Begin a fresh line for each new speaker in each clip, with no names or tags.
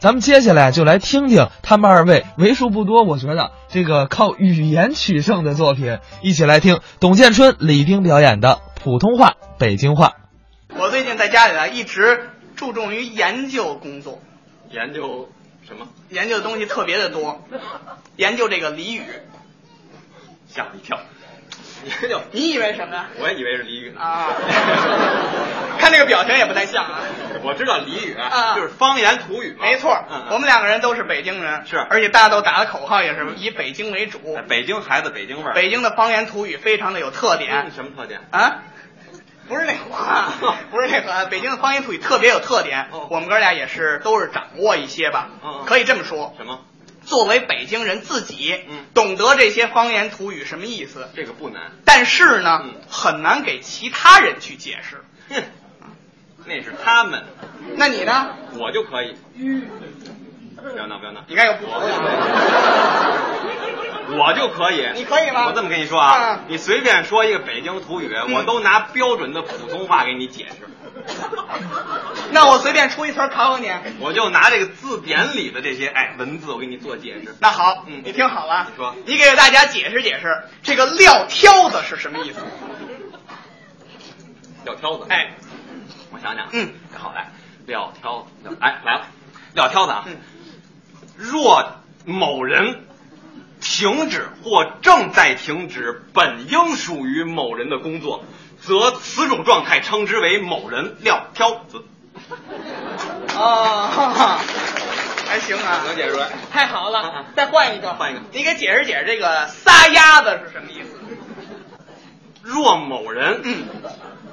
咱们接下来就来听听他们二位为数不多，我觉得这个靠语言取胜的作品，一起来听董建春、李丁表演的普通话北京话。
我最近在家里呢，一直注重于研究工作，
研究什么？
研究的东西特别的多，研究这个俚语。
吓我一跳！研究？
你以为什么呀？
我也以为是俚语呢。
啊， 看这个表情也不太像啊。
我知道俚语
啊
就是方言土语嘛。
没错
嗯，嗯
我们两个人都是北京人，
是
而且大家都打的口号也是以北京为主
哎，北京孩子，北京味儿。
北京的方言土语非常的有特点
嗯什么特点？
啊。不是那个 啊，不是那个啊，北京的方言土语特别有特点
哦。
我们哥俩也是都是掌握一些吧
嗯嗯，
可以这么说。
什么？
作为北京人自己，
嗯
懂得这些方言土语什么意思，
这个不难。
但是呢，
嗯
很难给其他人去解释。
哼，那是他们，
那你呢？
我就可以。不要闹，不要闹，
你看又不服了，
我就可以。
你可以吗
我这么跟你说啊
嗯，
你随便说一个北京土语，我都拿标准的普通话给你解释。
那我随便出一词儿考考你。
我就拿这个字典里的这些哎文字，我给你做解释。
那好，
嗯
你听好了，
你说
你给大家解释解释这个撂挑子是什么意思？
撂挑子，
哎，
我想想，
嗯，
好来，撂挑子，撂哎来了，撂挑子啊，
嗯
若某人停止或正在停止本应属于某人的工作，则此种状态称之为某人撂挑子。
哦， 哈哈还行啊，
能解释出来？
太好了。
嗯嗯
再换一个，
换一个
你给解释解释这个撒丫子是什么意思？
若某人
嗯，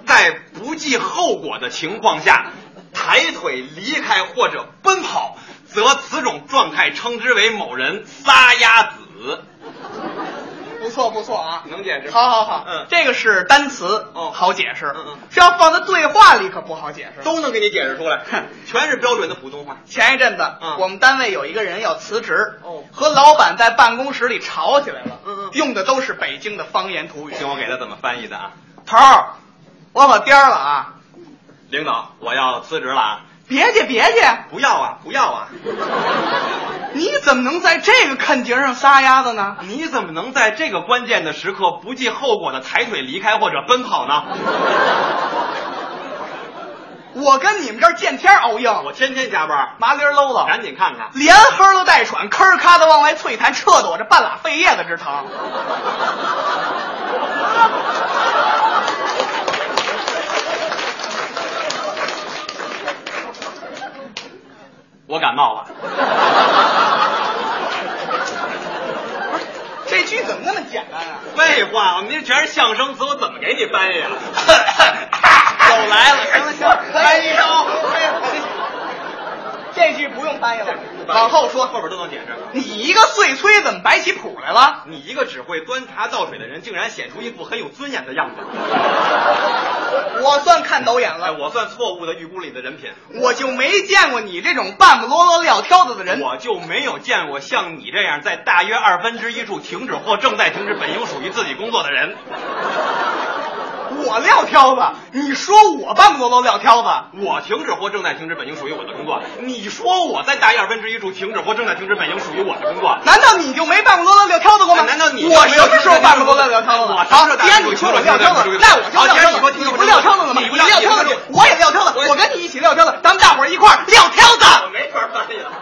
在不计后果的情况下抬腿离开或者奔跑，则此种状态称之为某人撒丫子。
不错不错啊，
能解释
好好好，
嗯
这个是单词，
哦
好解释。
嗯嗯
这要放在对话里可不好解释。
都能给你解释出来， 全是标准的普通话。
前一阵子，
嗯
我们单位有一个人要辞职，
哦
和老板在办公室里吵起来了，
嗯嗯
用的都是北京的方言土语。
听我给他怎么翻译的啊？
头儿，我可颠儿了啊！
领导，我要辞职了啊！
别介别介，
不要啊，不要啊！
你怎么能在这个坎节上撒丫子呢？
你怎么能在这个关键的时刻不计后果的抬腿离开或者奔跑呢？
我跟你们这儿见天儿熬硬，
我天天加班，
麻溜儿搂了，
赶紧看看。
连哼儿都带喘，吭儿咔的往外啐痰，撤得我这半拉肺叶子直疼。
我感冒了，
这句怎么那么简单啊？
废话，我们这全是相声词，我怎么给你翻译啊？
又
又
来
来
了，哎
了
行
行
了
了
行了
行了，
翻
翻
一
一
首
首。
这句不用翻译了，往
往
后
后
说
说，。后边都能解释。
你一个碎催怎么摆起谱来了？
你一个只会端茶倒水的人，竟然显出一副很有尊严的样子。
我算看走眼
哎，
了，
我算错误的预估了你的人品。
我就没见过你这种半不啰啰撂挑子的人。
我就没有见过像你这样在大约二分之一处停止或正在停止本应属于自己工作的人。
我撂挑子，你说我半不啰啰撂挑子，
我停止或正在停止本应属于我的工作。你说我在大约二分之一处停止或正在停止本应属于我的工作。
难道你就没半不啰啰撂挑子过吗？
哎难道你
我什么时候半不啰啰撂挑子了？
我
好
什么时候
既然你说我撂挑子，那我就哦
好
撂
既然
挑
你
子
说。
你不撂挑子了吗？
你不
撂
撂
挑
挑
子
子
去，我也撂挑子，
我
我跟你一起撂挑子，咱们大伙儿一块儿撂挑子。
没法翻译了。